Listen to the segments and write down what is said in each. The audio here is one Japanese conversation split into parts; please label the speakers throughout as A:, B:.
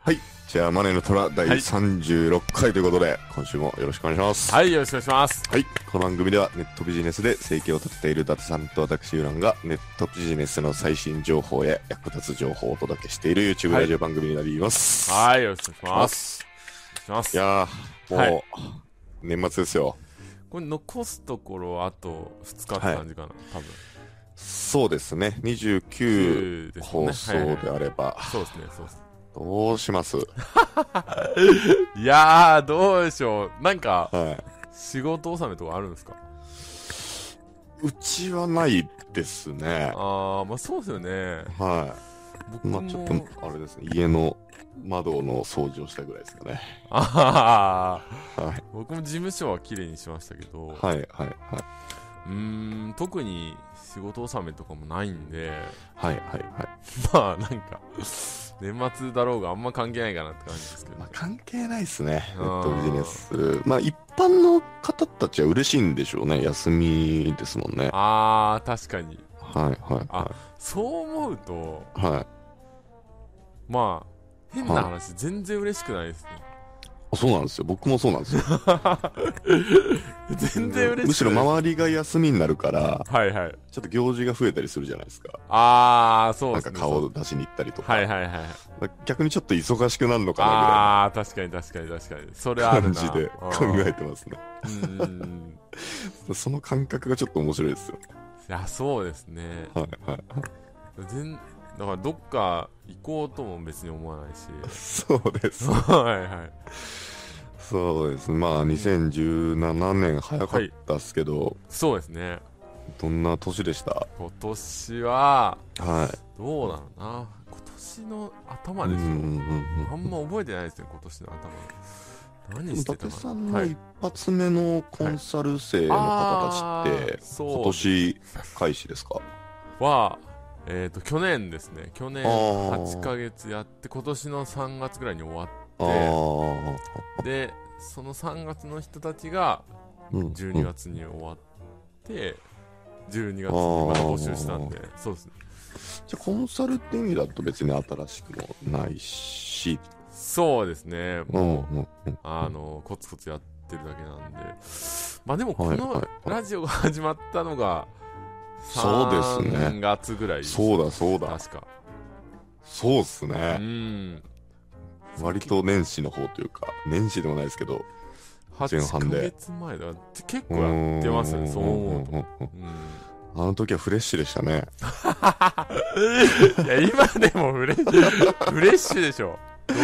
A: はい。じゃあ、マネーの虎第
B: はい
A: 36回ということで、今週もよろしくお願いします。
B: はい、よろしくお願いします。
A: はい。この番組ではネットビジネスで生計を立てている伊達さんと私、ユランがネットビジネスの最新情報や役立つ情報をお届けしている YouTube ラジオ番組になります。
B: はい、よろしくお願いし
A: ま
B: ます。
A: す。
B: お願いし
A: い
B: ます。
A: やー、もう、
B: はい
A: 年末ですよ。
B: これ残すところあと2日って感じかな、多分。
A: そうですね。29
B: 9ですよね。
A: 放送
B: はいはい
A: であれば、
B: そうですね、そうです
A: どうします
B: ね。いやー、どうでしょう。なんか、
A: はい。
B: 仕事納めとかあるんですか
A: うちはないですね。
B: あー、まあそうですよね。
A: はい。
B: 僕
A: ま
B: も
A: あ、ちょっと、あれですね。家の窓の掃除をしたぐらいですかね。
B: あ
A: はい。
B: ー僕も事務所は綺麗にしましたけど、
A: はい、はい、はい。
B: うーん、特に仕事納めとかもないんで、
A: はい、はい、はい。
B: まあなんか、年末だろうがあんま関係ないかなって感じですけど、ね
A: まあ、関係ないですね。ネ
B: うん
A: ットビジネス。まあ、一般の方たちは嬉しいんでしょうね。休みですもんね。
B: あー、確かに。
A: はい、はい、は
B: そう思うと、
A: い。はい。
B: まあ、変な話、全然嬉しくないですね。
A: あそうなんですよ。僕もそうなんですよ。
B: 全然嬉しくない。
A: むしろ周りが休みになるから、
B: はいはい。
A: ちょっと行事が増えたりするじゃないですか。
B: あー、そう
A: なん
B: です
A: か
B: ね。
A: 顔を出しに行ったりとか。
B: はいはいはい。
A: 逆にちょっと忙しくなるのかな
B: あー、確かに確かに確かに。それはある
A: ぐらいの
B: な。
A: 感じで考えてますね。
B: えうん。
A: その感覚がちょっと面白いですよ。
B: いや、そうですね。
A: はいはい。
B: 全、だからどっか行こうとも別に思わないし。
A: そうです。
B: はいはい。
A: そうです。まあ、2017年早かったっすけど、
B: そうですね。
A: どんな年でした
B: 今年は、
A: はい。
B: どうだろうな。今年の頭
A: う
B: で
A: ん
B: し
A: う
B: ょ。
A: ん
B: あんま覚えてないですね、今年の頭。
A: うん。
B: 何
A: 伊
B: してた
A: 達
B: か
A: さ
B: な。
A: んの一発目のコンサル生の方たちって
B: あー、
A: 今
B: そ
A: 年開始ですか
B: うは、えっ、と、去年ですね。去年
A: あー
B: 8ヶ月やって、今年の3月ぐらいに終わ
A: ああー。
B: って、その3月の人たちが
A: うん
B: 12月に終わって、12月にまた募集したんで、そうですね。
A: じゃあコンサルって意味だと別に新しくもないし、
B: そうですね。
A: うん
B: もう、
A: うんうん、
B: あの、コツコツやってるだけなんで。まあでも、こ
A: はいはい
B: の
A: はい
B: ラジオが始まったのが、
A: そうですね
B: 3月ぐらいですね
A: そうだそうだ、
B: 確か。
A: そうっす
B: う
A: ね。
B: ん。
A: 割と年始の方というか、年始でもないですけど、前半
B: 8ヶ
A: で
B: 月前だ。って結構やってますよね、そう思うと。
A: うん
B: うん
A: あの時はフレッシュでしたね。
B: いや、今でもフレッシュ、フレッシュでしょ。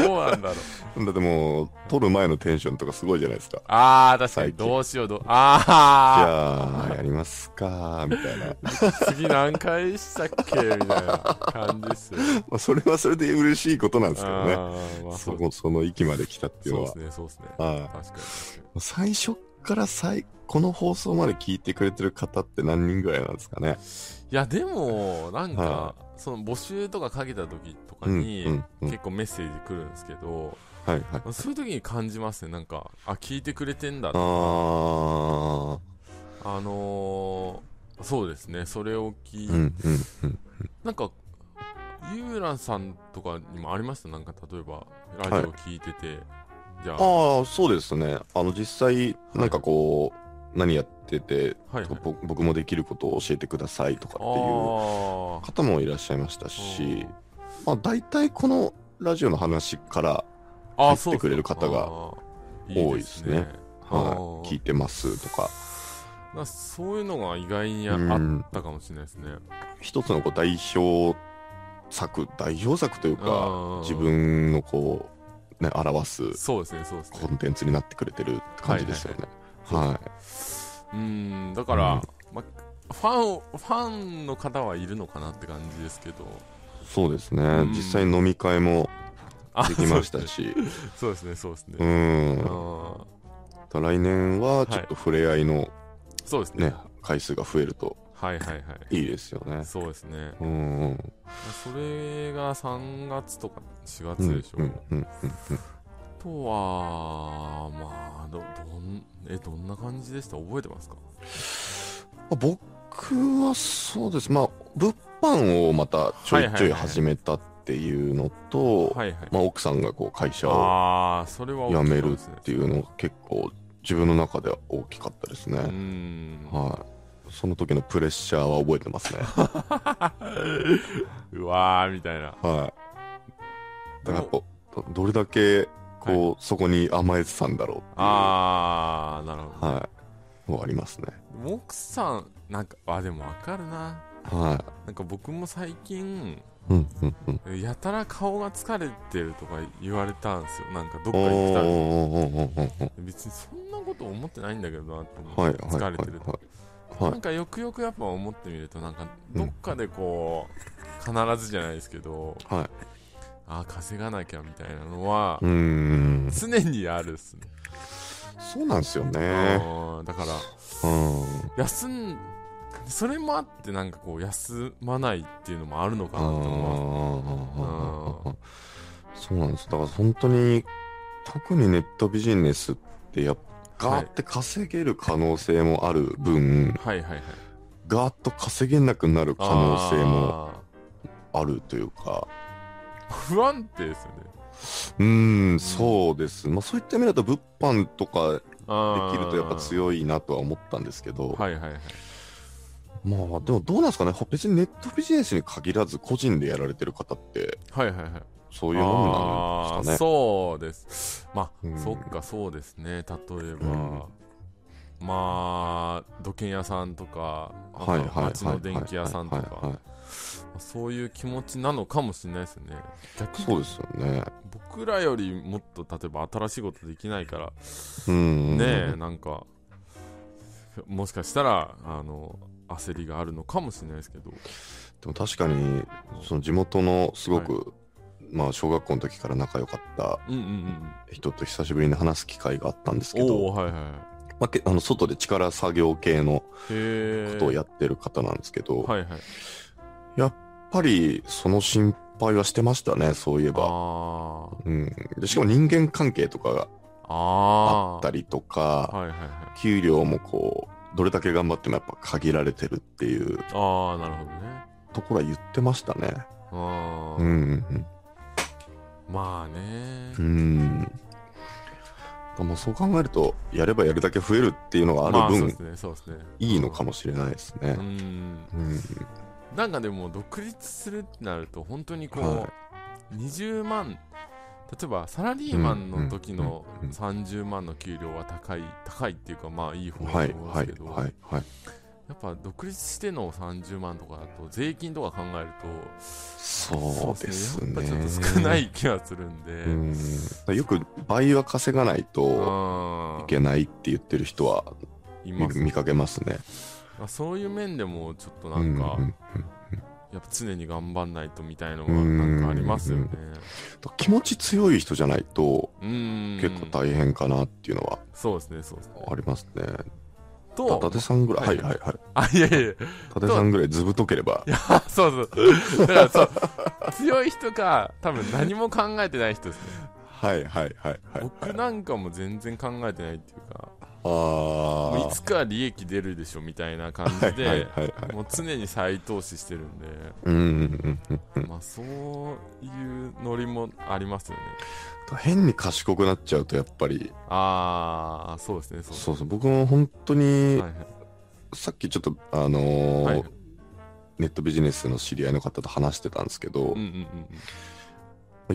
B: どうなんだろう。
A: だってもう、撮る前のテンションとかすごいじゃないですか。
B: あー、確かに、
A: 最近
B: どうしよう、どう、
A: じ
B: あ
A: ゃあ、やりますか、みたいな。ま
B: ー、次何回したっけみたいな感じですよ。
A: あ、それはそれで嬉しいことなんですけどね。
B: あーまあ、そ
A: そうこ、その域まで来たっていうの
B: そうで
A: は
B: す。ね、そうですね。
A: はい
B: 確かに確か
A: 最初から最、この放送まで聞いてくれてる方って何人ぐらいなんですかね。
B: に。いや、でも、なん
A: は
B: か、その募集とかかけた時とか
A: うん、う
B: に、
A: ん、うん。
B: 結構メッセージ来るんですけど、
A: はい、はい。
B: そういう時に感じますね、なんか、あ、聞いてくれてんだ
A: あー。
B: あのー、そうですね、それを聞い、
A: うん、うん、うん。
B: なんか、ゆうらんさんとかにもありましたなんか、例えば、ラジオ聞いてて、じゃあ、
A: ああ、そうですね。あの、実際、なんかこう、何やってて、
B: はい、はい。
A: ぼ僕もできることを教えてくださいとかっていう
B: あ
A: 方もいらっしゃいましたし、まあ、大体このラジオの話から、
B: あー、あー
A: 言ってくれる方が
B: そう
A: 多いですね
B: あーいいあ
A: は
B: ー
A: い、聞いてますとか、
B: なんかそういうのが意外にあ
A: う
B: あっ
A: ん、
B: たかもしれないですね。
A: 一つのこう代表作代表作というか
B: あー
A: 自分のこう、ね、表す
B: そうですね、そうですね
A: コ。ンテンツになってくれてる感じですよね。
B: はい
A: は
B: うん、だから、
A: うん
B: ま、ファンを、ファンの方はいるのかなって感じですけど。
A: い、そうですね、
B: うん
A: 実際飲み会も
B: あ
A: できましたし、
B: そうですね、そうですね。
A: うん、
B: あー
A: 来年はちょっと触れ合いの、
B: そうですね。
A: ね回数が増えると
B: はいはいはい。
A: いいですよね。
B: そうですね。
A: うんうん、
B: それが3月とか4
A: うん
B: 月でしょ、
A: うんうんうんうん
B: あとはまあどどんえどんな感じでした覚えてますか
A: あ僕はそうですまあ物販をまたちょいちょい始めたっていうのと、
B: はいはい、
A: まあ、奥さんがこう会社を
B: ああそれは
A: 辞
B: 大きい
A: め
B: こと
A: るっ
B: ですね
A: ていうのが結構自分の中では大きかったですね、
B: うーん
A: はいその時のプレッシャーは覚えてますね
B: うわーみたいな
A: はいだからやっぱどどれだけこう、そこに甘えてたんだろうっていう
B: ああなるほど、
A: はいもうありますね
B: 奥さんなんかあでもわかるな
A: は
B: なんか僕も最近
A: いうんうんうん
B: やたら顔が疲れてるとか言われたんですよなんかどっか
A: おー
B: 行ったら
A: おーおーおーおーおー
B: 別にそんなこと思ってないんだけどなって思って、
A: はい
B: 疲れてると、
A: はいはい
B: な
A: はい
B: んかよくよくやっぱ思ってみるとなんかどっかでこう、必ずじゃないですけど
A: はい
B: ああ稼がなきゃみたいなのは
A: うーん
B: 常にあるっすね、
A: そうなんですよね
B: うんだから
A: うん
B: 休んそれもあってなんかこう休まないっていうのもあるの
A: あーあーあーあーあー
B: かなと思
A: あーそうなんですだから本当に特にネットビジネスってやっぱガ
B: はい
A: ーって稼げる可能性もある分、
B: うはいはいはい
A: ガーッと稼げなくなる可能性も
B: あ
A: あるというか
B: ー不安定ですよね
A: うーんそうです、まあ、そういった意味だと物販とかで
B: あー
A: きるとやっぱ強いなとは思ったんですけど
B: はいはいはい
A: まあでもどうなんですかねほ別にネットビジネスに限らず個人でやられてる方って
B: はいはいはい
A: そういうもんなん
B: あ
A: です
B: ー
A: かね
B: そうですまあ、
A: うん
B: そっかそうですね例えば、
A: ん
B: まあ土建屋さんとかあと
A: はいはいはい
B: 町の電気屋さんと
A: はいはいはい
B: かそういう気持ちなのかもしれないですよね逆に
A: そうですよね
B: 僕らよりもっと例えば新しいことできないから
A: うん
B: ねえなんかもしかしたらあの焦りがあるのかもしれないですけど
A: でも確かにその地元のすごく、まあ小学校の時から仲良かった
B: うんうんうん
A: 人と久しぶりに話す機会があったんですけ
B: お
A: ど、
B: おーはいはいはい
A: まあ、けあの外で力作業系の
B: へえ
A: ことをやってる方なんですけど、やっ
B: はいはい
A: ぱりその心配はしてましたねそういえば。
B: あ
A: うん、でしかも人間関係とかが
B: ああ
A: あ
B: あ
A: ったりとか
B: はいはいはい
A: 給料もこうどれだけ頑張ってもやっぱ限られてるっていう
B: ああなるほどね
A: ところは言ってましたね。
B: あー、
A: うん
B: まあね
A: うん。でもそう考えると、やればやるだけ増えるっていうのが
B: ま
A: あ
B: あ
A: る
B: そう
A: 分、
B: ですねそうですね
A: いいのかもしれないですね
B: う。ん
A: うん。
B: なんかでも独立するってなると本当にこう、
A: は
B: 20万例えばサラリーマンの時の
A: うんうんうん
B: 30万の給料は高い高いっていうかまあいい方
A: は
B: だ
A: い、
B: と思うんで
A: は
B: す
A: い
B: け、ど、
A: はい、はい。
B: やっぱ独立しての30万とかだと税金とか考えると
A: そうですね。
B: やっぱちょっと少ない気がするんで、
A: うん。だからよく倍は稼がないと
B: あ
A: いけないって言ってる人は
B: ーい
A: 見
B: ます
A: 見かけますね。
B: まあそういう面でもちょっとなんか、
A: うんうん
B: やっぱ常に頑張んないとみたいのがなんかありますよね
A: 気持ち強い人じゃないと
B: うーん
A: 結構大変かなっていうのは
B: そうですねそうですね
A: ありますね。だ伊
B: と
A: 達さんぐらい、
B: は
A: はいいはいはい。
B: あいやいやいや
A: 伊達さんぐらいずぶとければ。
B: あそうそうだからそう強い人か多分何も考えてない人ですね
A: はいはいはいはい。
B: 僕なんかも全然考えてないっていうか
A: あ
B: も
A: あ
B: ういつか利益出るでしょみたいな感じ
A: はい
B: で
A: はいはいはい
B: もう常に再投資してるんで、
A: うんうんうんうん
B: まあそういうノリもありますよね
A: 変に賢くなっちゃうとやっぱり
B: ああそうですねそうです
A: そうそう僕も本当に、
B: ねはいはい
A: さっきちょっとあのー
B: はいはい
A: ネットビジネスの知り合いの方と話してたんですけど
B: うん、うんうんうん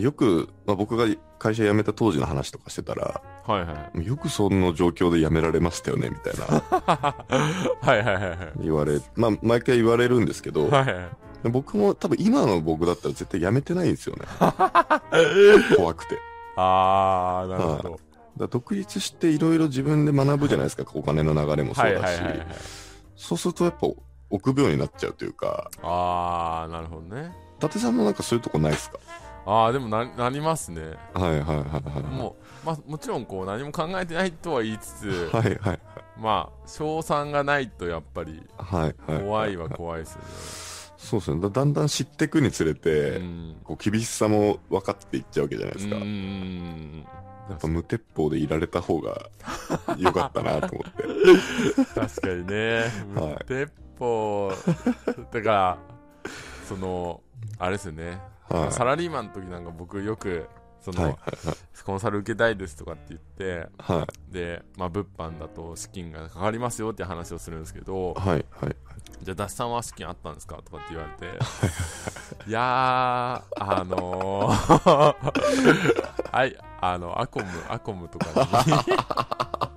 A: よく、まあ、僕が会社辞めた当時の話とかしてたら
B: はいはいはい
A: よくその状況で辞められましたよねみたいな
B: はいはいはいはい。
A: 言われまあ毎回言われるんですけど
B: はいはい
A: 僕も多分今の僕だったら絶対辞めてないんです よね怖くてだか
B: あー、なるほど。
A: ら独立していろいろ自分で学ぶじゃないですかお金の流れもそ
B: は
A: う
B: いは
A: だ
B: い
A: し
B: はいはい。
A: そうするとやっぱ臆病になっちゃうというか、
B: あー、なるほどね。
A: 伊達さんもなんかそういうとこないですか
B: あー、でもななりますね。
A: はいはいはいはい。
B: もう、まあ、もちろんこう何も考えてないとは言いつつ、
A: はいはい
B: まあ、賞賛がないとやっぱり
A: はいはい。
B: 怖いは怖いですよね。
A: そうですねだだんだん知っていくにつれて、
B: うん
A: こう厳しさも分かっていっちゃうわけじゃないですか、
B: うんう
A: や
B: んうん
A: っぱ無鉄砲でいられた方が良かったなと思 って
B: うん確かにね
A: はい
B: 無鉄砲だからそのあれですよね、
A: はい
B: サラリーマンの時なんか僕よくその、
A: はい
B: コンサル受けたいですとかって言って
A: はい
B: で、まあ、物販だと資金がかかりますよっていう話をするんですけど
A: はいはい
B: じゃあ、ダッサンは資金あったんですかとかって言われて、いやー、あのー、 はい、あの、アコム、アコムとかに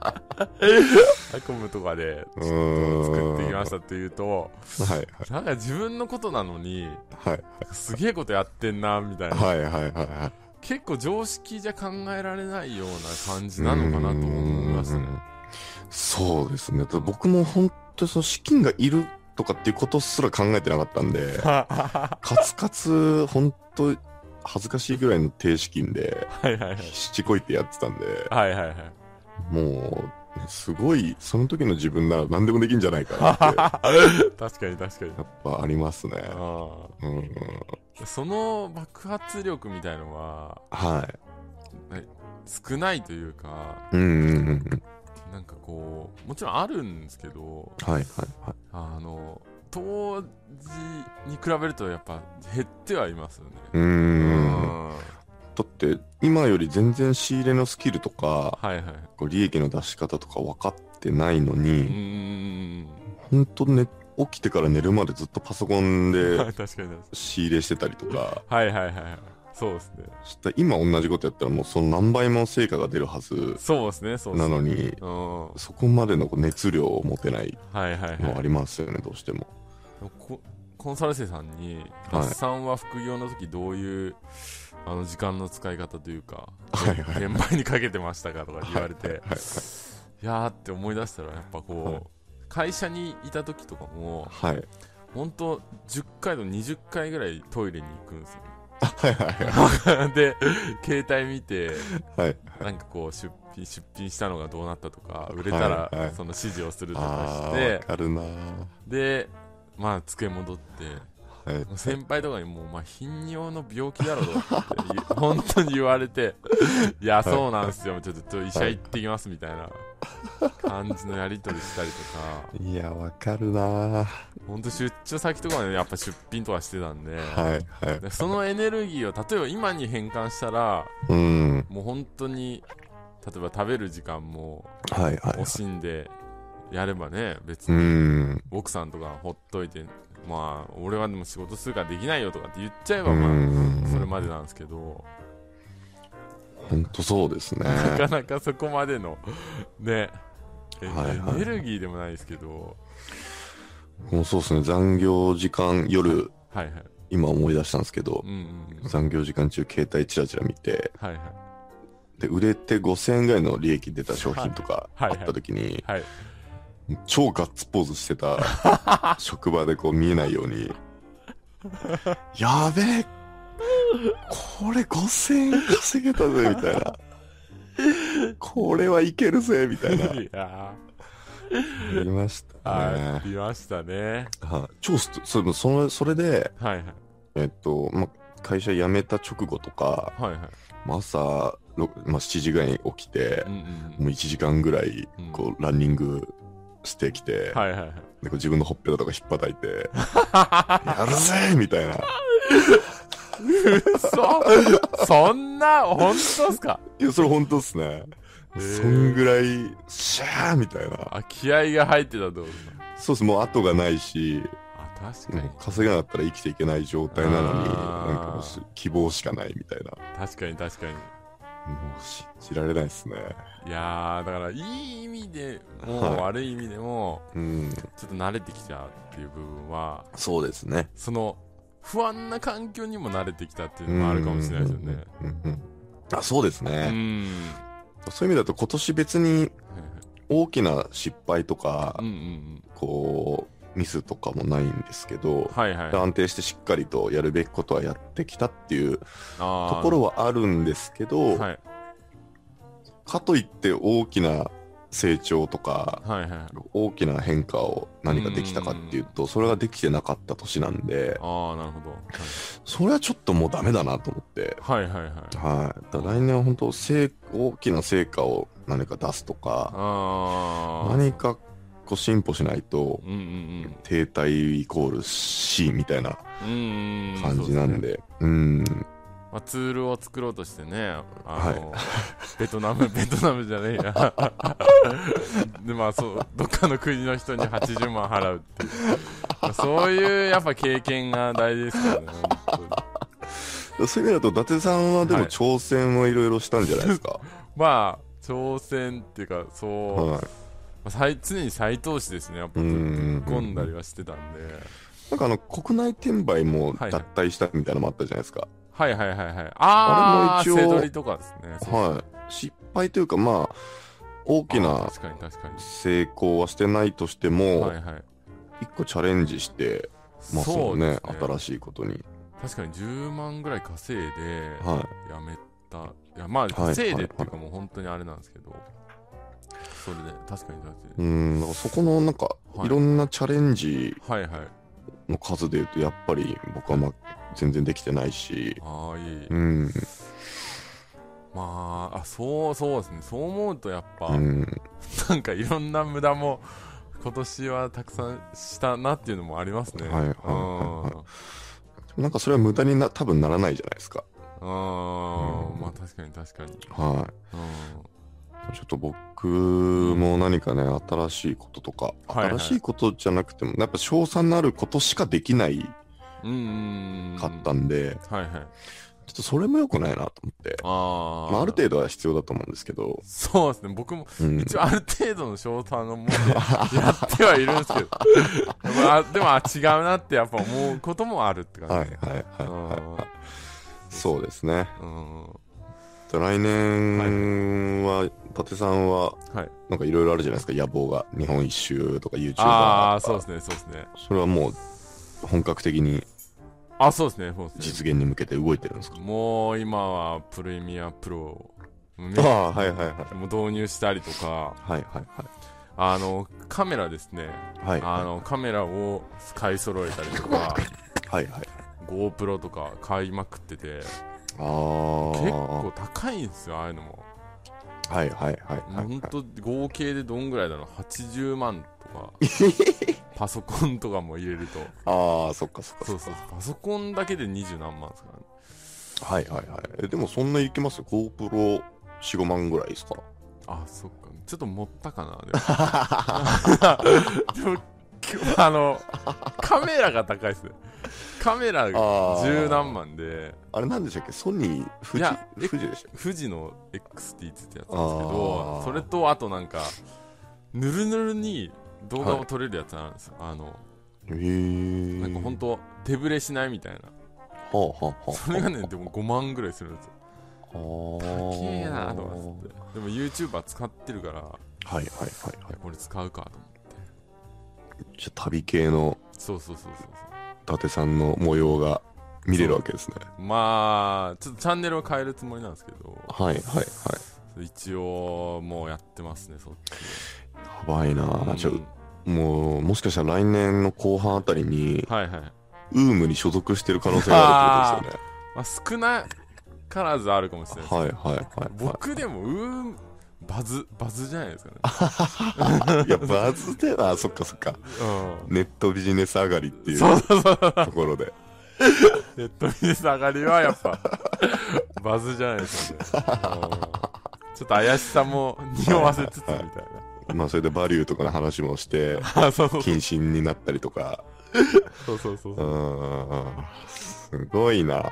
B: アコムとかで、
A: うーん
B: 作ってきましたって言うと、
A: はい
B: なんか自分のことなのに、
A: はい
B: すげえことやってんな、みたいな。
A: はいはいはいはいはい
B: 結構常識じゃ考えられないような感じなのかなと思います
A: うー。
B: ね、
A: んそうですね。ただ僕も本当にその資金がいるとかっていうことすら考えてなかったんで
B: は
A: カツカツ本当恥ずかしいぐらいの低資金で
B: いはいはい。
A: しちこいてやってたんで、
B: はいはいはい。
A: もうねすごいその時の自分なら何でもできんじゃないかなって
B: 確かに確かに。
A: やっぱありますね。
B: あー
A: うん、
B: その爆発力みたいのは
A: はい。
B: 少ないというか
A: うんうんうんうん。
B: なんかこうもちろんあるんですけど
A: はいはいはい。
B: あの当時に比べるとやっぱ減ってはいますよね
A: うー。
B: うんんは
A: だって今より全然仕入れのスキルとか、
B: いはい
A: こう利益の出し方とか分かってないの
B: うん
A: に、本当ね、起きてから寝るまでずっとパソコン
B: うんうん
A: で
B: 確かに確かに
A: 仕入れしてたりとか、
B: はいはいはいはいそうですね
A: したら今同じことやったらもうその何倍も成果が出るはず
B: そうですねそうで
A: な
B: すね
A: のに、
B: うんは
A: そこまでのこう熱量を持てない
B: いはいはい
A: のはありますよね、どうしても。
B: でもこコンサル生さんに、
A: はい
B: ハッサンは副業の時どういうあの時間の使い方というか、
A: はいはい
B: 転売にかけてましたかとか言われて、い
A: はい
B: やーって思い出したら、やっぱこう、
A: はい
B: 会社にいた時とかも、
A: はい。はい
B: ほんと10回と20回ぐらいトイレに行くんですよ。
A: はいはい
B: で、携帯見て、
A: はい。
B: なんかこう出品、出品したのがどうなったとか、売れたら
A: はいはい
B: その指示をするとか
A: あ
B: して、
A: ー、わかるなー
B: で、まあ机戻って、
A: はい。
B: 先輩とかにもう、お前、頻尿の病気だろうって言 う本当に言われて、いや、そうなんですよ、ちょっとちょっと医者行ってきますみたいな感じのやり取りしたりとか、
A: いや、わかるなー
B: 本当出張先とかでやっぱ出品とかしてたんで、
A: はいはい。
B: でそのエネルギーを例えば今に変換したら、
A: うん。
B: もう本当に、例えば食べる時間も
A: はいはい
B: 惜。しんでやればね、別
A: う
B: に
A: ん。
B: 奥さんとかほっといて、まあ、俺はでも仕事するからできないよとかって言っちゃえば、
A: う
B: まあ、
A: ん。
B: それまでなんですけど、
A: 本当そうですね。
B: なかなかそこまでのねえ
A: はいはい
B: エネルギーでもないですけど
A: もうそうですね、残業時間、夜、
B: はいはい
A: 今思い出したんですけど
B: う、んうんうん
A: 残業時間中、携帯チラチラ見て、
B: はいはい
A: で、売れて5000円ぐらいの利益出た商品とか
B: は
A: あ
B: い
A: っ
B: はい
A: た時に、
B: はい
A: 超ガッツポーズしてた 職場でこう見えないように、やべえ、これ5000円稼げたぜ、みたいな。これはいけるぜ、みたいな。
B: い
A: あ
B: や
A: りましたね
B: ーは。いいましたね
A: はい超ストそれそれそれで、
B: はいはい
A: えっと、ま、会社辞めた直後とか、
B: はいはい
A: まあ朝、ろまあ、7時ぐらいに起きて
B: う、んうん
A: もう1時間ぐらい
B: うん
A: こうランニングしてきて、
B: はいはいはい
A: でこう自分のほっぺたとか引っ叩いて やるぜみたいな
B: そそんな本当っすか
A: いやそれ本当っすね、
B: へー
A: そんぐらいシャーみたいな
B: あ気合が入ってたってことですか
A: そうっすもう後がないし、
B: あ確か
A: も
B: に
A: う稼がなかったら生きていけない状態なのになん
B: あー
A: かもうす希望しかないみたいな
B: 確かに確かに
A: もう信じられないっすね
B: いやーだからいい意味でも、
A: はい
B: 悪い意味でも
A: うん
B: ちょっと慣れてきたっていう部分は
A: そうですね
B: その不安な環境にも慣れてきたっていうのもあるかもしれないですよね。
A: うんうんうんうんあそうです
B: う
A: ね、
B: ん。
A: そういう意味だと今年別に大きな失敗とか
B: うんうんうん。
A: こうミスとかもないんですけど、
B: はいはい。
A: 安定してしっかりとやるべきことはやってきたっていうと
B: こ
A: ころはあるんですけど、
B: はい。
A: かといって大きな成長とか
B: はいはいあ
A: 大きな変化を何ができたかっていうとそれができてなかった年なんで
B: あなるほ
A: それはちょっともうダメだなと思って。
B: どはいはいはいはい
A: はい、だから来年は本当成大きな成果を何か出すとか
B: ああ
A: 何かこう進歩しないと
B: うんうん
A: 停滞イコール C みたいな
B: うんうんうん
A: 感じなん
B: そうすね
A: でうん
B: まあ、ツールを作ろうとしてねあの、 ベトナムベトナムじゃねえや でまあそうどっかの国の人に80万払うっていう、まあそういうやっぱ経験が大事ですからね本当に
A: そういう意味だと伊達さんはでも
B: はい
A: 挑戦をいろいろしたんじゃないですか、
B: まあ挑戦っていうか そう、ま
A: はい、
B: あ再常に再投資ですねやっぱ
A: う
B: ぶっ
A: ん
B: 込んだりはしてたんで、
A: なんかあの国内転売も
B: はいはい
A: 脱退したみたいなのもあったじゃないですか、
B: はいはいはいはいああ
A: あれも一応
B: せどりとかですねそう
A: はい失敗というかまあ大き
B: あー
A: な
B: 確かに確かに
A: 成功はしてないとしても
B: はいはい
A: 一個チャレンジしてますもんね,、
B: そうです
A: 新しいことに
B: 確かに10万ぐらい稼いで
A: はい
B: やめた、い、やまあ
A: はい
B: 稼いでっていうかもう本当にあれなんですけど、それで確かにだって、
A: うんだからそこのなんか、
B: はい
A: い、ろんなチャレンジ
B: はいはい
A: の数でいうとやっぱり僕はまあ全然できてないし
B: ああいえいえ
A: うん
B: まああそうそうですねそう思うとやっぱ、
A: うん
B: なんかいろんな無駄も今年はたくさんしたなっていうのもありますね
A: はいはいはいはい
B: うん
A: なんかそれは無駄にな多分ならないじゃないですかう
B: あ
A: ん
B: まあ確かに確かに、
A: はい
B: うん、
A: ちょっと僕も何かね、新しいこととか、
B: はいはい
A: 新しいことじゃなくても、やっぱ賞賛のあることしかできない
B: うんうんうん
A: かったんで、ちょ
B: はいはい
A: っとそれも良くないなと思って、
B: あ、
A: まあ、ある程度は必要だと思うんですけど、
B: そうですね僕も
A: うん
B: 一応ある程度の翔太のもんでやってはいるんですけど、まあ、でもあ違うなってやっぱ思うこともあるって
A: はいは
B: 感
A: い
B: じ、
A: はい、
B: は
A: そうですね。
B: い、うんうん
A: 来年は、伊達さんは、
B: はい
A: なんかいろいろあるじゃないですか、野望が。日本一周とか YouTuber と
B: ああ
A: か。
B: そうですねそうですね
A: それはもう、本格的に
B: あそうですねそうですね
A: 実現に向けて動いてるんですか、
B: もう今はプレミアプロをね
A: ああ、はいはいはい。
B: もう導入したりとか
A: はいはいはい。
B: あのカメラですね
A: はい
B: あのカメラを買い揃えた りとか
A: はいはい。
B: GoPro とか買いまくってて
A: ああ。
B: 結構高いんですよああいうのも
A: はいはいはいはい、
B: 本
A: は
B: 当合計でどんぐらいだろう80万と かパソコンとかも入れると
A: い。ああ、そっかそっか
B: そ
A: そう
B: そうパソコンだけで20何万ですからね
A: っか。はいはいはい。えでもそんないきますよ。GoPro4、5万ぐらいですか。
B: あそっかちょっと持ったかな でもでも今日あのカメラが高いですねカメラが
A: あー
B: 十何万で
A: あれなんでしたっけソニー、富士
B: いや、
A: 富士でしたっ
B: 富士の XT ってやつなんですけ
A: あ
B: ど
A: ー
B: それとあとなんかぬるぬるに動画を撮れるやつあるんですよ、あの
A: けへえ。
B: なんかほんと手ぶれしないみたいな
A: はあはあはあ。
B: それがね、でも5万ぐらいするんですよ。
A: あー
B: 高えなと思って。でも YouTuber 使ってるから、い
A: はいはいはいは
B: やこれ使うかと思って。
A: い。じゃあ旅系の
B: そうそうそうそうそ
A: 伊達さんの模様が見れるわけですね。
B: う。まあ、ちょっとチャンネルを変えるつもりなんですけど、
A: はいはいはい。
B: 一応もうやってますね、そっち
A: やばいな
B: は。
A: ぁ。ちょ
B: うん
A: もう、もしかしたら来年の後半あたりに、
B: はいはい。
A: ウームに所属してる可能性があるってことですよね。
B: まあ、少なから ずあるかもしれないです。
A: はいはいはいは
B: 僕でも、うーん、バズ、バズじゃないですかね。
A: い。いや、バズってな、そっかそっか。
B: うん。
A: ネットビジネス上がりっていう
B: そうそうそう。
A: ところで。
B: ネットビジネス上がりはやっぱ バズじゃないですかね。うんちょっと怪しさも匂わせつつみたいな。
A: まあ、それでバリューとかの話も して、
B: あそうそう
A: 謹慎になったりとか。
B: そうそうそう
A: う
B: そ
A: ん
B: う。
A: うんうん。すごいな。
B: い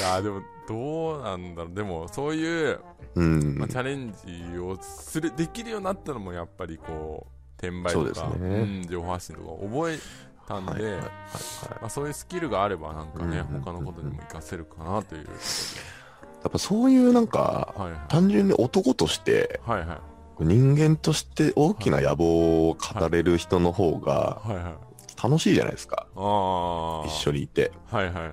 B: やでもどうなんだろう。でもそういう、
A: う
B: まあ、
A: ん
B: チ。ャレンジをするできるようになったのもやっぱりこう転売とか
A: そうですね
B: うん、情報発信とか覚えたんで、
A: はいはいはいはい
B: まあ、そういうスキルがあればなん
A: うん
B: かね、
A: うんうんうん
B: 他のことにも活かせるかなという。
A: やっぱそういうなんか、
B: はいはい
A: 単純に男として、
B: はいはい
A: 人間として大きな野望を語れる人の方が
B: はいはい。
A: 楽しいじゃないですか。
B: ああ。
A: 一緒にいて。
B: はいはい。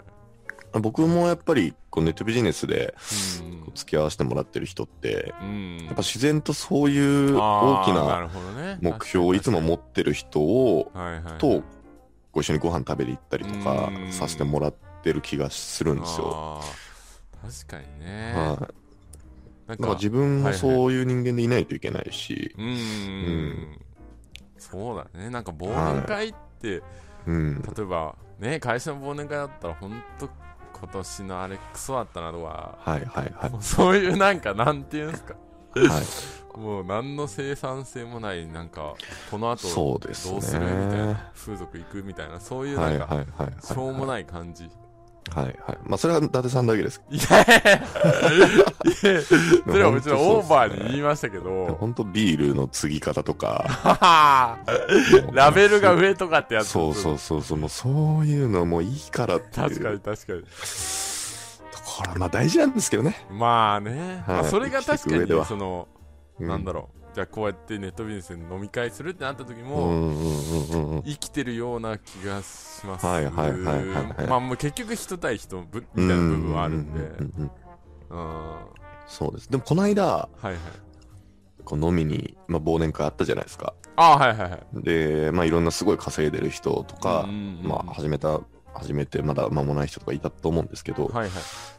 A: 僕もやっぱり、こうネットビジネスで、
B: うんうん
A: 付き合わせてもらってる人って、
B: うん、
A: やっぱ自然とそういう大
B: あー
A: き
B: な
A: な
B: るほどね
A: 目標をいつも持
B: っ
A: ってる人を、
B: はいはいはい、
A: と、ご一緒にご飯食べに行ったりとか
B: うん
A: させてもらってる気がするんですよ。
B: あー確かにね、
A: は
B: なん
A: い。だから
B: か
A: 自分も
B: はいはい
A: そういう人間でいないといけないし、
B: うん、ん、そうだねなんか忘年会って、
A: うん。
B: 例えばね会社の忘年会だったら本当今年のあれクソだったなとか、
A: はいはいは
B: もうそういうなんかなんていうんですか
A: い。はい、
B: もう何の生産性もないなんかこの後ど
A: そうですね。
B: うするみたいな風俗行くみたいなそういう
A: は
B: ないん
A: は
B: か、
A: いはいはい。
B: しょうもない 感じ、
A: はいはい。まあそれは伊達さんだけです
B: いやいやいやそれはもちろんオーバーに言い
A: い
B: ましたけど、。
A: 本当ビールの継ぎ方とか
B: はは ラベルが上とかってやつ
A: そうそうそうそう、もうそういうのもいいからっていう。
B: 確かに確かに
A: ところ、まあ大事なんですけどね。
B: まあね、まあ
A: はい
B: それが確か
A: 生きていく上
B: に
A: では
B: その、
A: う
B: なんだろうじゃあこうやってネットビジネスで飲み会するってなった時
A: う
B: も、
A: んうんうんうんうん。
B: 生きてるような気がします
A: はいはいはいはいはい
B: まあもう結局人対人ぶみたいな部分はあるんで
A: うううんうん
B: うんは
A: そうです。でもこの間、
B: いはい
A: こう飲みに、まあ忘年会あったじゃないですか。
B: ああはいはいはい
A: で、まあいろんなすごい稼いでる人とか
B: う、んうん
A: まあ始めた、始めてまだ間もない人とかいたと思うんですけど、
B: はいはい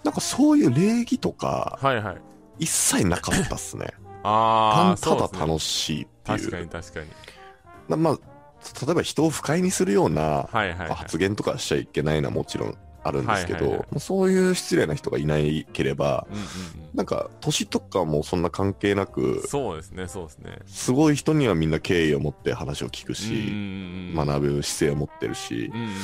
A: なんかそういう礼儀とか、
B: はいはい
A: 一切なかったっすね。
B: ああ
A: た
B: そう
A: だ
B: ですね
A: 楽しいっていう。
B: 確かに確かに
A: なまあ、例えば人を不快にするような
B: はいはいはい
A: 発言とかしちゃいけないのはもちろんあるんですけど、
B: はいはいはい
A: もうそういう失礼な人がいないければ、
B: うんうん
A: なんか年とかもそんな関係な
B: うん
A: く、
B: そうですねそうですね
A: すごい人にはみんな敬意を持って話を聞くし、
B: ま
A: 学ぶ姿勢を持ってるし
B: う、んうんうん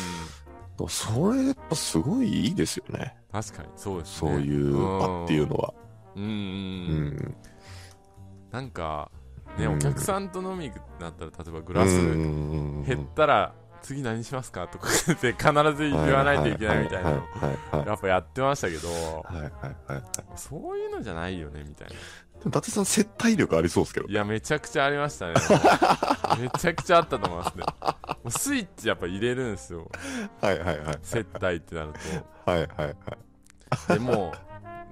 A: それやっぱすごいいいですよね。
B: 確かにそうですね
A: そういう場っていうのは。
B: うんうん
A: う
B: うん
A: ん。
B: なんかね
A: うん
B: お客さんと飲みになったら例えばグ
A: う
B: ラス
A: ん
B: 減ったら次何しますかとかって必ず言わないといけないみたいな
A: は
B: の
A: はいはい
B: やっぱやってましたけど
A: はいはいはいはい。
B: そういうのじゃないよねみたいな
A: でも伊達さん、接待力ありそうですけど
B: い。やめちゃくちゃありましたねめちゃくちゃあったと思いますねもうスイッチやっぱ入れるんですよ
A: はいはいはい。
B: 接待ってなる
A: はいはいはい。
B: とでも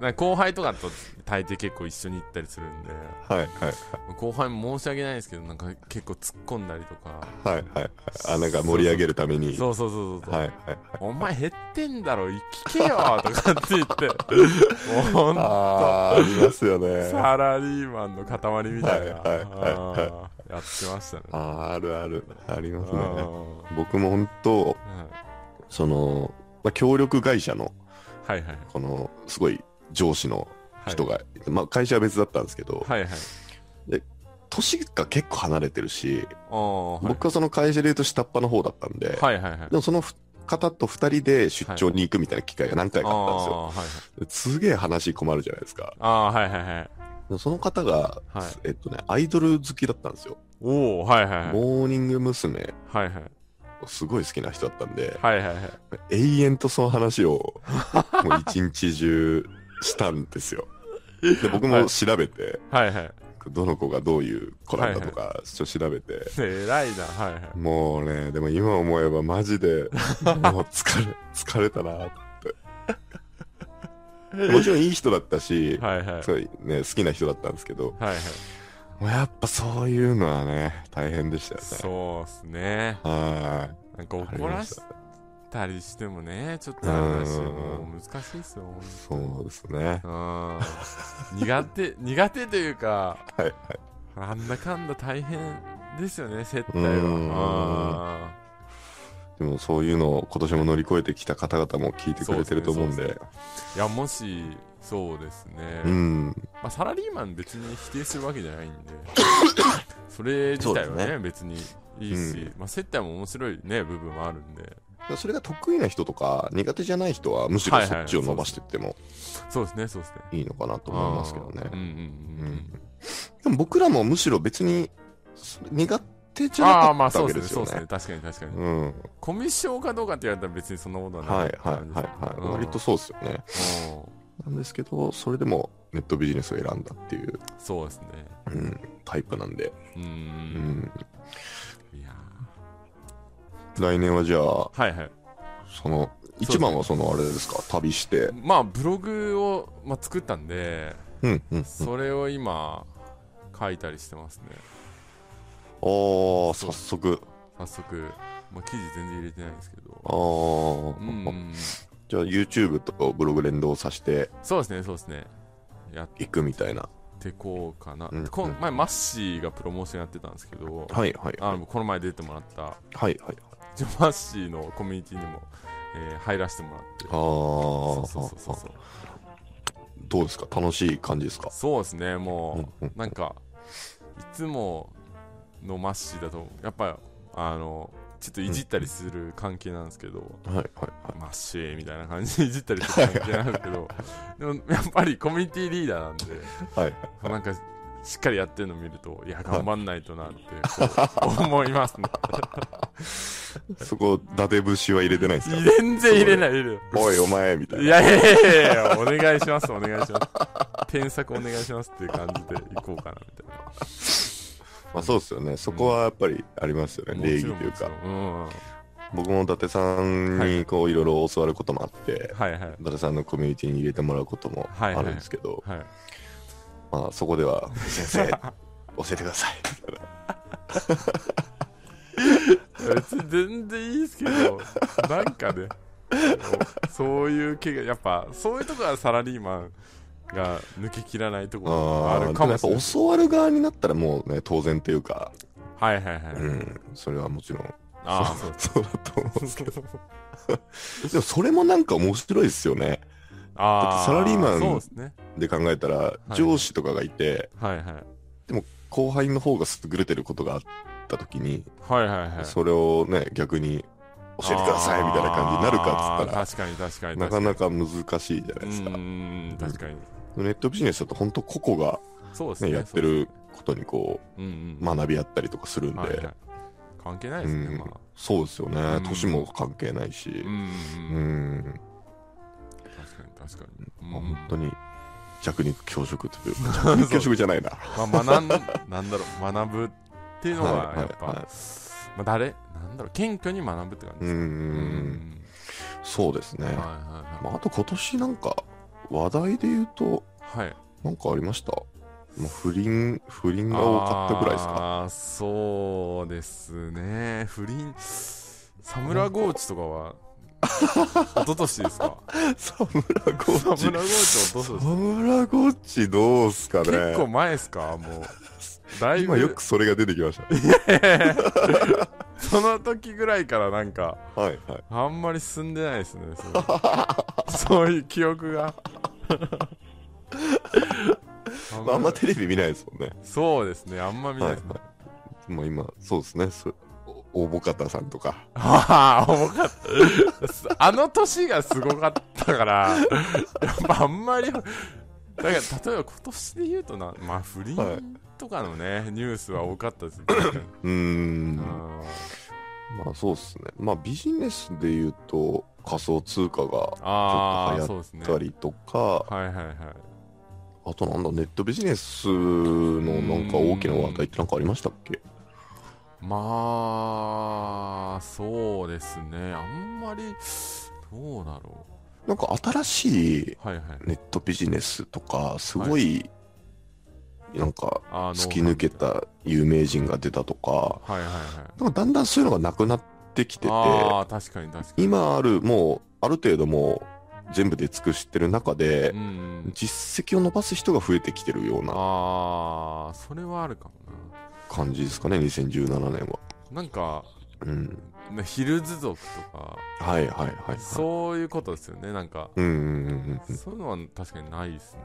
B: なんか後輩とかと大抵結構一緒に行ったりするんで
A: はいはいはい。
B: 後輩も申し訳ないんですけどなんか結構突っ込んだりとか
A: はいはいはい。あ、なんか盛り上げるために。
B: そうそうそうそうそう
A: はいはいはい。
B: お前減ってんだろ、行 きけよとかって言って、もうほんと
A: あー、ありますよね。
B: サラリーマンの塊みた
A: はいは
B: いな、
A: いはいはい
B: あーやってましたね。
A: あーあるある。あります
B: うん
A: ね。僕も本当その、まあ、協力会社の、
B: はいはいはい。
A: この、すごい上司の人が、まあ、会社は別だったんですけど、
B: はいはい。
A: 年が結構離れてるし、
B: おーはい
A: 僕はその会社で言うと下っ端の方だったんで、
B: はいはいはい。
A: でもその方と二人で出張に行くみたいな機会が何回かあったんですよ。
B: あーはいはい
A: すげえ話困るじゃないですか。
B: あー、はいはいはい。
A: でその方が、
B: はい
A: えっとね、アイドル好きだったんですよ。
B: おー、はいはいはい。
A: モーニング娘。
B: はいはい。
A: すごい好きな人だったんで、
B: はいはいはい。
A: 永遠とその話を、もう一日中したんですよ。で、僕も調べて、
B: はいはい。
A: どの子がどういう子なんだとか、ちょっと調べて、
B: 偉いな、はいはい。
A: もうね、でも今思えばマジ で、もう疲れ、疲れたなって。もちろんいい人だったし、
B: はいはい。はい
A: すごいね、好きな人だったんですけど、
B: はい。
A: もうやっぱそういうのはね、大変でしたよね。
B: そうっすね。
A: は
B: なんか
A: い。
B: 怒らせ
A: ありま
B: たりしてもね、ちょっとあれだし、
A: うん
B: もう難しいっすよ、ほ
A: したそ
B: んと
A: うですね。
B: うん苦 手苦手というか
A: はいはい。
B: なんだかんだ大変ですよね接待
A: うん
B: は
A: でもそういうのを今年も乗り越えてきた方々も聞いてくれてると思うん
B: そう
A: で。
B: でうんいやもしそうですね、
A: うん。
B: まあ、サラリーマン別に否定するわけじゃないん でそれ自体は
A: そう
B: ね
A: です
B: 別にいいし、まあ、接待も面白いね部分はあるんで
A: それが得意な人とか苦手じゃない人はむし
B: は
A: ろ
B: いはい
A: そっちを伸ばしていっても
B: そうですねそうですね
A: いいのかなと思いますけどね。
B: うんうんうん、うん
A: でも僕らもむしろ別にそれ苦手じゃ
B: ああー
A: なか
B: まあ
A: ったわ
B: そう
A: け
B: で
A: です
B: ね
A: す
B: そ
A: よ
B: うです
A: ね
B: ね。確かに確かに、
A: うん、はい
B: コミッションかどうかって言われたら別にそんなことはない
A: はいはいはい、割とそうですよね。
B: い、うん
A: なんですけど、それでもネットビジネスを選んだっていう、
B: そうですね
A: うん、タイプなんで、
B: うー
A: うんん、
B: いや
A: 来年はじゃあ
B: ーはいはい
A: その一番はそのあれですか旅して
B: まあブログを、まあ、作ったんで
A: うんうん
B: それを今書いたりしてますね
A: おー早速
B: 早速、まあ、記事全然入れてないんですけど
A: あー、
B: うん
A: じゃあ YouTube とブログ連動させて
B: そうですねそうですねやっ
A: いくみたいな
B: てこうかな、
A: うん
B: こん前マッシーがプロモーションやってたんですけど、
A: はいはい
B: あのこの前出てもらった
A: はいはい
B: ジョマッシーのコミュニティにも、えー入らせてもらって
A: あ
B: そう
A: ー
B: そうそうそうそう
A: どうですか楽しい感じですか
B: そうですねも
A: うんうん
B: うなんかいつものマッシーだとやっぱあのちょっといじったりする関係なんですけど、
A: はいはいはい
B: マッシーみたいな感じでいじったりする関係なんですけ どでもやっぱりコミュニティリーダーなんで
A: はい
B: なんかしっかりやってるの見るといや頑張んないとなってこう思いますね
A: そこ伊達節は入れてないですか
B: 全然入れない入れない
A: おいお前みたい
B: い
A: な
B: やいやいやいやお願いしますお願いします添削お願いしますっていう感じでいこうかなみたいな
A: まあそうですよねそこはやっぱりありますよね、礼儀と
B: もち
A: い
B: ろん
A: う
B: もちろ
A: か
B: んうんうん
A: 僕も伊達さんにこういろいろ教わることもあって、
B: はいはい
A: 伊達さんのコミュニティに入れてもらうこともあ
B: はいはい
A: るんですけど、
B: はい
A: まあそこでは「先 生教えてください」みたいな
B: 別に全然いいですけどなんかねそういう気がやっぱそういうとこはサラリーマンが抜けきらないところがあ
A: あ
B: る
A: ーで
B: か
A: もや
B: も
A: っ
B: しれな
A: ぱ
B: い
A: 教わる側になったらもうね当然というか、
B: はいはいはい、
A: うん、それはもちろん
B: ああそう
A: そうだと思うんですけどでもそれもなんか面白いですよねだっ
B: あ
A: て
B: あ
A: サラリーマン
B: そうですね
A: で考えたら
B: い
A: 上司とかがいて、
B: はいはい
A: 後輩の方が優れてることがあった時に、
B: はいはいはい
A: それをね逆に教えてくださいみたいな感じになるかっつった
B: あ
A: ら
B: ー確かに確かに
A: なか
B: 確かに
A: なか難しいじゃないうですか、
B: ーん確かに
A: ネットビジネスだと本当個々が、
B: そうです
A: ね
B: ね
A: やってることにこ
B: うんうん
A: う学び合ったりとかするんで、
B: はいはい関係ないですね、
A: うん
B: まあ
A: そうですよね、
B: うん
A: 年も関係ないしう
B: うんうん
A: ん、
B: うん確かに確かに、うん
A: まあ
B: うん
A: 本当に弱肉強食と いうか弱肉強食じゃないな
B: まあ、学んなんだろう学ぶっていうのは
A: はい
B: やっぱ、
A: はいはい
B: まあ、誰なんだろう謙虚に学ぶって感じ
A: うん
B: ですねう
A: そうですね、
B: はいはい
A: ま
B: は
A: あ、あと今年なんか話題で言うと
B: い、はい、
A: なんかありました、まあ、不倫不倫が多かったぐらいですか
B: ああそうですね不倫サムラゴーチと かは一昨年ですか
A: サムラゴ
B: サ
A: ッチ
B: ムラゴーチは一昨
A: サ
B: 年
A: ムラゴッチどうっすかね
B: 結構前ですかもうだいぶ
A: 今よくそれが出てきましたね
B: その時ぐらいからなんか
A: はいはい
B: あんまり進んでないですねそうそういう記 憶があ
A: まああんまテレビ見ないですもんね
B: そうですねあんま見ないですね、
A: はもう今そうですねそお大方さんとか
B: ああ重かったあの年がすごかったからやっぱあんまりだから例えば今年で言うとなまあ不倫
A: はい
B: とかのね、ニュースは多かったですね
A: うーん
B: うん
A: まあそうですねまあビジネスで言うと仮想通貨が
B: ああ
A: ち
B: そう
A: ょ
B: ですね
A: あったりとか、
B: はいはいはい
A: あとなんだネットビジネスのなんか大きな話題ってなんかありましたっけ
B: まあそうですねあんまりどうだろ
A: なんか新しいう
B: はいはい
A: ネットビジネスとかすごいなんか
B: あの
A: 突き抜けた有名人が出たとか
B: はいはいはい
A: なんかだんだんそういうのがなくなってきてて
B: ああ確かに確かに
A: 今あるもうある程度もう全部で尽くしてる中で
B: うんうん
A: 実績を伸ばす人が増えてきてるような
B: ああそれはあるかも
A: 感じですかね2017年は。
B: ななんか
A: うん、
B: ねヒルズ族とか
A: はいはいはいはい。
B: そういうことですよねなんか
A: うんうんうんうん、
B: そういうのは確かにないですね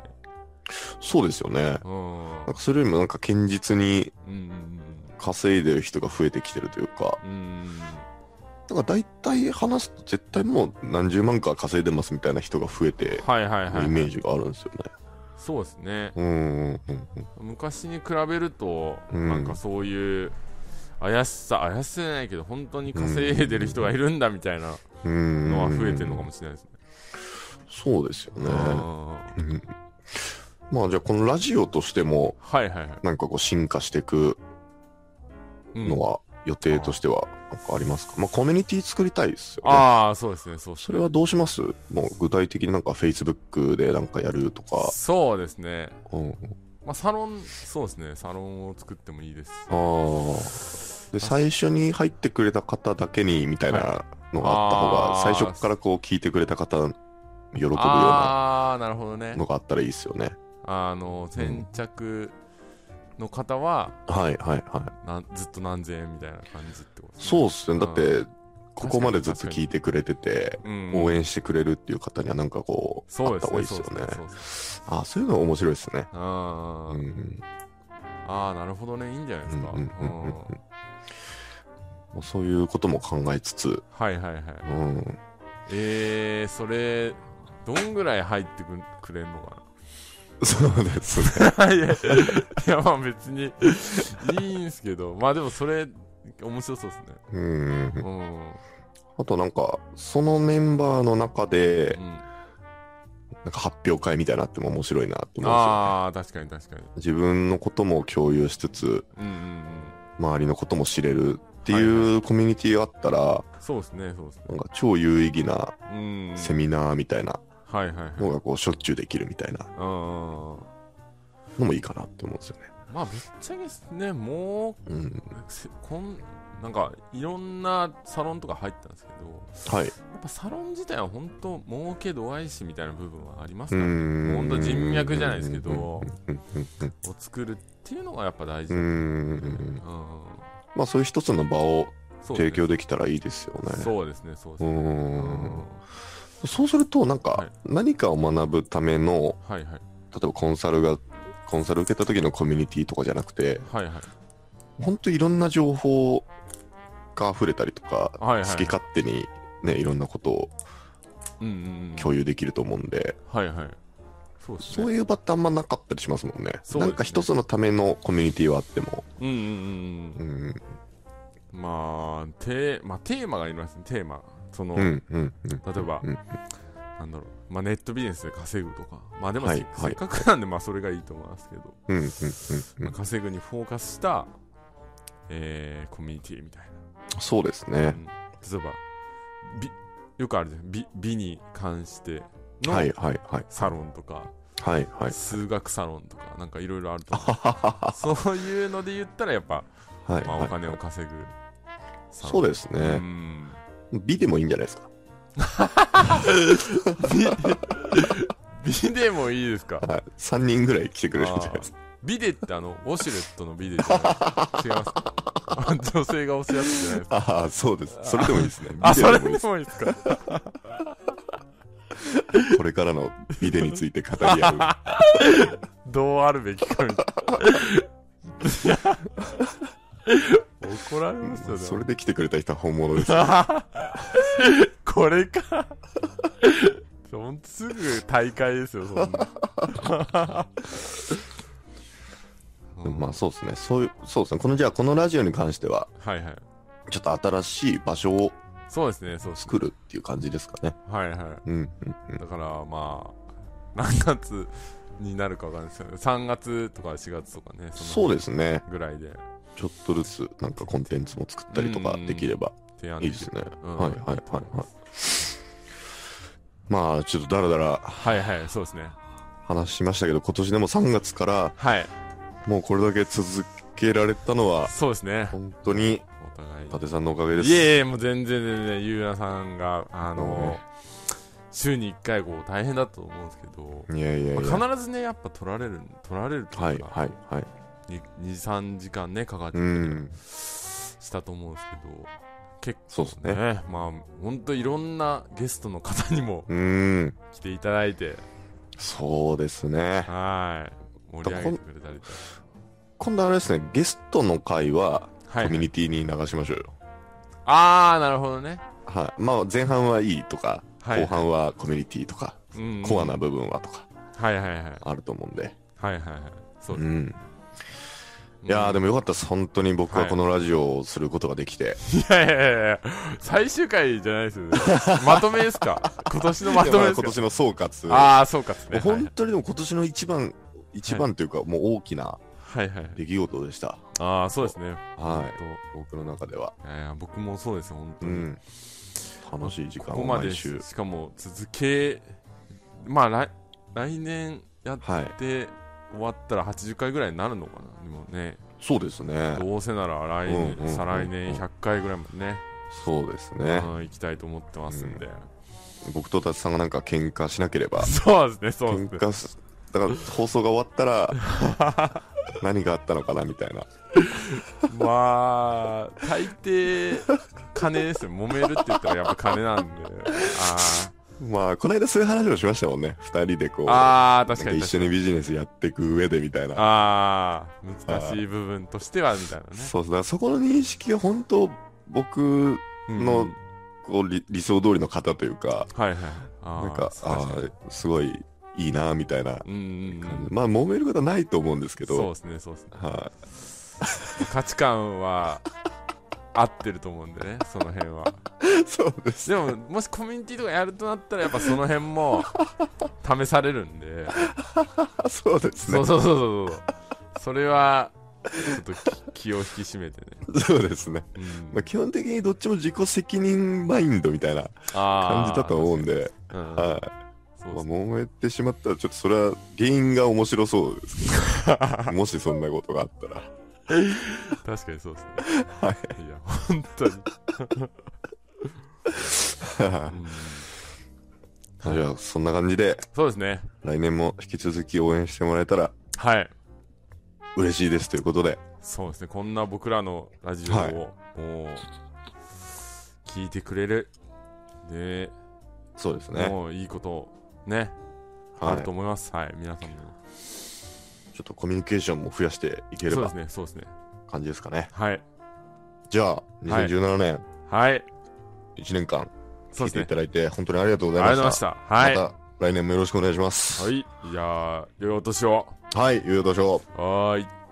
A: そうですよね。
B: うんうん
A: なんかそれよりもなんか堅実に
B: うん
A: 稼いでる人が増えてきてるというか、
B: うんうん
A: なんか大体話すと絶対もう何十万かは稼いでますみたいな人が増えて、
B: はいはいは
A: イ
B: い
A: メージがあるんですよね。
B: そうですね
A: うんうんうんうん。
B: 昔に比べると、
A: うん
B: なんかそういう怪しさ怪しさじゃないけど本当に稼いでる人がいるんだみたいな
A: うん
B: のは増えてるのかもしれないですね。
A: そうですよね。
B: あー
A: うんまあじゃあこのラジオとしても
B: はいはいはい。
A: なんかこう進化していく
B: うん
A: のは予定としてはなんかありますかまあコミュニティ作りたいですよね
B: ああ、そうですね、そうですね
A: それはどうしますもう具体的になんか Facebook でなんかやるとか、
B: そうですね。
A: うん、
B: まあ、サロン、そうですね、サロンを作ってもいいですし。
A: あーで最初に入ってくれた方だけにみたいなのがあった方が、
B: はいあー
A: 最初からこう聞いてくれた方喜ぶような
B: ああ、なるほどね
A: の。があったらいいですよね
B: あの、先着の方は、
A: はいはいはい
B: なんずっと何千円みたいな感じってことですね。
A: そうっすねだってここまでずっと聞いてくれてて
B: う。ん、
A: 応援してくれるっていう方にはなんかこう
B: そ
A: あ
B: う
A: った
B: です
A: 方がいい
B: ね、
A: です
B: そう
A: よね
B: ですね。そうですね
A: あそういうの面白いですねう
B: あー
A: ん
B: あー、なるほどね、いいんじゃないですか。
A: うんうんうんうんうん
B: うん
A: もうそういうことも考えつつ、
B: はいはいはい。
A: うん、
B: えー、それ、どんぐらい入ってくんくれんのかな
A: そうですね
B: い やいや、まあ別にいいんすけど、まあでもそれ、面白そうですね。
A: うん
B: うん。うん。
A: あとなんか、そのメンバーの中で、なんか発表会みたいなのあっても面白いなって思うん
B: ああ、確かに確かに。
A: ですよ。自分のことも共有しつつ、
B: うんうんうん。
A: 周りのことも知れるって
B: はい
A: いうコミュニティがあったら、
B: そうですね、そうですね。
A: なんか超有意義な
B: うん。
A: セミナーみたいな
B: はいはいはい。
A: のがこうしょっちゅうできるみたいな
B: うん。
A: のもいいかなって思うんですよね。
B: まあぶっちゃけですね、もう、
A: うん。
B: せこん、なんかいろんなサロンとか入ったんですけど、
A: はい。
B: やっぱサロン自体は本当儲け度外視みたいな部分はあります
A: う
B: から、
A: ん。
B: ほんと人脈じゃないですけど
A: うん。うんうん
B: を作るっていうのがやっぱ大事
A: う
B: ですね。
A: ん。
B: うん。
A: まあそういう一つの場を
B: そうで
A: 提
B: す
A: 供
B: ね
A: できたらいいですよね。
B: そうですね、そうです
A: う
B: ね。
A: ん。そうすると、なん
B: は
A: か
B: い、
A: 何かを学ぶための、
B: はいはい。
A: 例えばコンサルが、コンサル受けた時のコミュニティとかじゃなくて、
B: はいはい。
A: 本当いろんな情報が溢れたりとか、
B: はいはい
A: 好き勝手にね、いろんなことを
B: うんうんうん。
A: 共有できると思うんで、
B: はいはい。そうです
A: そ
B: ね。
A: ういう場ってあんまなかったりしますもんね。
B: そうですね
A: なんか一つのためのコミュニティはあっても、
B: うんうんうん
A: う
B: うん。
A: ん、
B: まあ、テーまあ、テーマがありますね、テーマ。その、
A: うん、う
B: 例
A: ん、うん。
B: えば、
A: うん
B: なんだろう、まあ、ネットビジネスで稼ぐとか。まあでもせ、
A: はいはい
B: せっかくなんで、まあそれがいいと思いますけど、
A: うん、うん、うんう
B: まあ
A: ん。
B: 稼ぐにフォーカスした、えー、コミュニティみたい
A: そうです
B: な。う
A: ね。
B: ん、例えば、美、よくあるじゃん。美、美に関しての
A: はい、はい、はい。
B: サロンとか。
A: はい、はい。
B: 数学サロンとかなんかいろいろあると思うそういうので言ったらやっぱ、
A: はい、
B: まあ、お
A: はい。
B: 金を稼ぐサ
A: そうです
B: う
A: ね。
B: ん
A: 美でもいいんじゃないですか。
B: ビデもいいですか
A: はい。3人ぐらい来てくれるんじゃないですか。
B: ビデってあのウォシュレットのビデじゃない違います か女性が押すやつじゃないですか
A: ああ、そうです。それでもいいですね。
B: あ
A: ビ
B: そ
A: デ
B: れ
A: で
B: で
A: もいいです
B: もいいですか
A: これからのビデについて語り 合う。
B: どうあるべきかみたいないや怒られますよね
A: それで来てくれた人は本物です。
B: これかほんとすぐ大会ですよそんなうん
A: まあそうですね。そういう、そうですね。この、じゃあこのラジオに関しては、
B: はいはい
A: ちょっと新しい場所を
B: そうですねそうです
A: 作るっていう感じですかね。
B: はいは
A: うん、
B: いだからまあ何月になるかわかんないですけど3月とか4月とかね
A: そう
B: で
A: ですね。
B: ぐらいで
A: ちょっとずつ、なんかコンテンツも作ったりとかできれば
B: 提案
A: いい
B: で
A: で
B: き
A: す
B: る
A: ね。
B: うん
A: はい、はい、はい、はい。まあ、ちょっとだらだら
B: はいはいそうですね
A: 話しましたけど、今年でも3月から、
B: はい
A: もうこれだけ続けられたのは、
B: そうですね
A: 本当に、
B: お互い
A: 伊達さんのおかげです。
B: いえいえもう全然全然ゆうなさんがあ
A: うん
B: の週に1回こう大変だと思うんですけど
A: いやいやいや。
B: まあ必ずねやっぱ取られる取られると
A: はいいう
B: か、
A: はいはい。
B: 23時間ねかかって
A: うん。
B: したと思うんですけど、結
A: そうです
B: 構
A: ね。
B: ねまあ本当いろんなゲストの方にも
A: うん。
B: 来ていただいて
A: そうですね。
B: はい盛り上げてくれたりと
A: 今度あれですね、ゲストの会はコ
B: はい
A: ミュニティに流しましょうよ。
B: ああなるほどね
A: はい。まあ前半はいいとか、
B: はい
A: 後半はコミュニティとか、
B: うん
A: コアな部分はとか
B: はいはいはいはい
A: あると思うんで。
B: はいはいそう
A: う
B: です、
A: ん。いやーでもよかったです。本当に僕はこのラジオをすることができて。
B: いやいやいやいや最終回じゃないですよねまとめです か今年のまとめ
A: いやあ
B: です
A: 今
B: か
A: 年の総括。
B: ああそうかっすね
A: 本当にでも今年の一番、一番というかもう大きな
B: はいはい
A: 出来事でした。
B: ああそうですね
A: は
B: ほ
A: い。
B: ん
A: 僕の中では。
B: といやいや僕もそうですよ本当
A: う
B: に、
A: ん。楽しい時
B: こ
A: 間
B: こ
A: を
B: まで
A: 毎
B: し
A: 週。
B: しかも続けまあ来来年やっ
A: はい。
B: て終わったら80回ぐらいになるのかなでもね
A: そうですね。
B: どうせなら来
A: うんうんうんう
B: 年
A: ん
B: 再来年100回ぐらいまでね
A: そうですね。
B: うん行きたいと思ってますんで、
A: 僕と達さんがなんか喧嘩しなければ。
B: そうですねそう
A: 喧
B: ですね
A: 嘩す、だから放送が終わったら、 何があったのかなみたいな。
B: まあ大抵金ですよ揉めるって言ったらやっぱ金なんで あ
A: まあ、この間そういう話をしましたもんね。二人でこう。
B: ーあー
A: な
B: 確
A: んか
B: かに
A: 一
B: 確か
A: 緒
B: に
A: にビジネスやっていく上でみたいな。
B: ああ難しい部分としてはみたいなね
A: そうですだからそこの認識が本当、僕
B: うん
A: の
B: うん
A: こう理理想通りの方というか、
B: はいはいあー
A: なんか、あ
B: 確に
A: ーすごいいいな、みたいな。
B: うんうんうん
A: まあ、揉めることはないと思うんですけ
B: そう
A: ど、
B: ですねそうですね
A: は。
B: 価値観は合ってると思うんでねその辺はい
A: そうです。
B: でももしコミュニティとかやるとなったらやっぱその辺も試される んで
A: あそうです
B: そ
A: ね
B: う。そうそうそうそうそれはちょっとき気を引き締めてね、
A: そうですね。
B: うん
A: まあ、基本的にどっちも自己責任マインドみたいな
B: あ
A: 感じ
B: ー
A: だと思うんで、
B: 確かにうん
A: はい。ま
B: そうで
A: あ、
B: す
A: 揉めてしまったら、ちょっとそれは原因が面白そうですけ ど、もしそんなことがあったら。
B: 確かにそうですね
A: はい
B: や本当に、うん
A: いや、そんな 感じで、
B: そうですね
A: 来年も引き続き応援してもらえたら
B: はい
A: 嬉しいですということで、
B: そうですねこんな僕らのラジオ
A: はい
B: をもう聞いてくれるで
A: そうですね。
B: もういいことね、
A: は
B: ある
A: い。ち
B: と
A: ょ
B: 思います。はい、皆さんも。
A: っとコミュニケーションも増やしていけれ
B: そうで
A: ば
B: すね、そうですね。
A: 感じですかね。
B: はい。
A: じゃあ、2017年、
B: はい。
A: 1年間、
B: そう
A: 聞い
B: です
A: てい
B: ね。
A: ただいて、本当にありがとうご
B: あり
A: ざいま
B: がとう
A: し
B: ご
A: た。
B: ざいました。はい。は
A: また来年もよろしくお願いします。
B: い。いやー、良いお年を。
A: はい、ゆうとしょう。
B: はーい。